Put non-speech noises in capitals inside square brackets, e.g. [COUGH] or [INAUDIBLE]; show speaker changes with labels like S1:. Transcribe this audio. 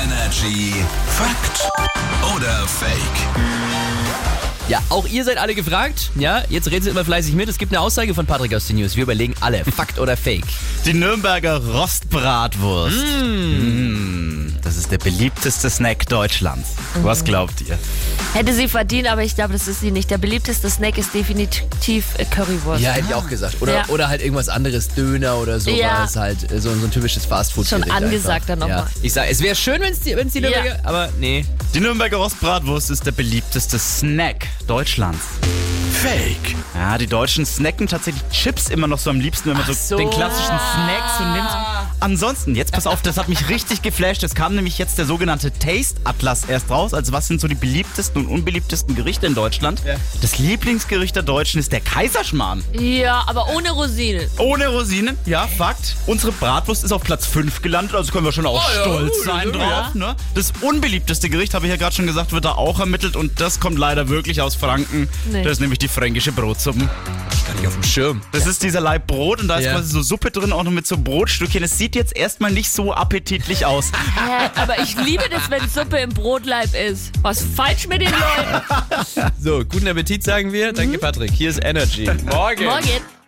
S1: Energy Fakt oder Fake?
S2: Ja, auch ihr seid alle gefragt. Ja, jetzt reden Sie immer fleißig mit. Es gibt eine Aussage von Patrick aus den News. Wir überlegen
S3: [LAUGHS]
S2: alle, Fakt oder Fake.
S4: Die Nürnberger Rostbratwurst. Mm. Das ist der beliebteste Snack Deutschlands. Was glaubt ihr?
S3: Hätte sie verdient, aber ich glaube, das ist sie nicht. Der beliebteste Snack ist definitiv äh, Currywurst.
S2: hätte ich auch gesagt.
S3: Oder- Ja. oder
S2: halt irgendwas anderes, Döner oder sowas.
S3: Ja. was
S2: Halt so, ein typisches fastfood
S3: Schon angesagt dann nochmal.
S2: Ich sag, es wäre schön, wenn es die, wenn's die
S3: Ja.
S2: Nürnberger... Aber nee.
S4: Die Nürnberger Rostbratwurst ist der beliebteste Snack Deutschlands.
S1: Fake.
S4: Ja, die Deutschen snacken tatsächlich Chips immer noch so am liebsten, wenn man so,
S2: so.
S4: den klassischen Snack so nimmt. Ansonsten, jetzt pass auf, das hat mich richtig geflasht. Es kam nämlich jetzt der sogenannte Taste Atlas erst raus. Also was sind so die beliebtesten und unbeliebtesten Gerichte in Deutschland? Das Lieblingsgericht der Deutschen ist der Kaiserschmarrn.
S3: Ja, aber ohne Rosinen.
S4: Ohne Rosinen, ja, Fakt. Unsere Bratwurst ist auf Platz 5 gelandet, also können wir schon auch
S2: Oh ja,
S4: stolz
S2: uh,
S4: sein
S2: ja.
S4: drauf. Ne? Das unbeliebteste Gericht, habe ich ja gerade schon gesagt, wird da auch ermittelt und das kommt leider wirklich aus Franken.
S3: Nee.
S4: Das ist nämlich die fränkische Brotsuppe.
S2: Gar nicht auf dem Schirm.
S4: Das ist dieser Laib Brot und da ist
S2: Ja.
S4: quasi so Suppe drin, auch noch mit so Brotstückchen. Es sieht jetzt erstmal nicht so appetitlich aus.
S3: Hä? Aber ich liebe das, wenn Suppe im Brotleib ist. Was falsch mit den Leuten? Mhm.
S2: So, guten Appetit sagen wir. Danke, Patrick. Hier ist Energy. Morgen.
S3: Morgen.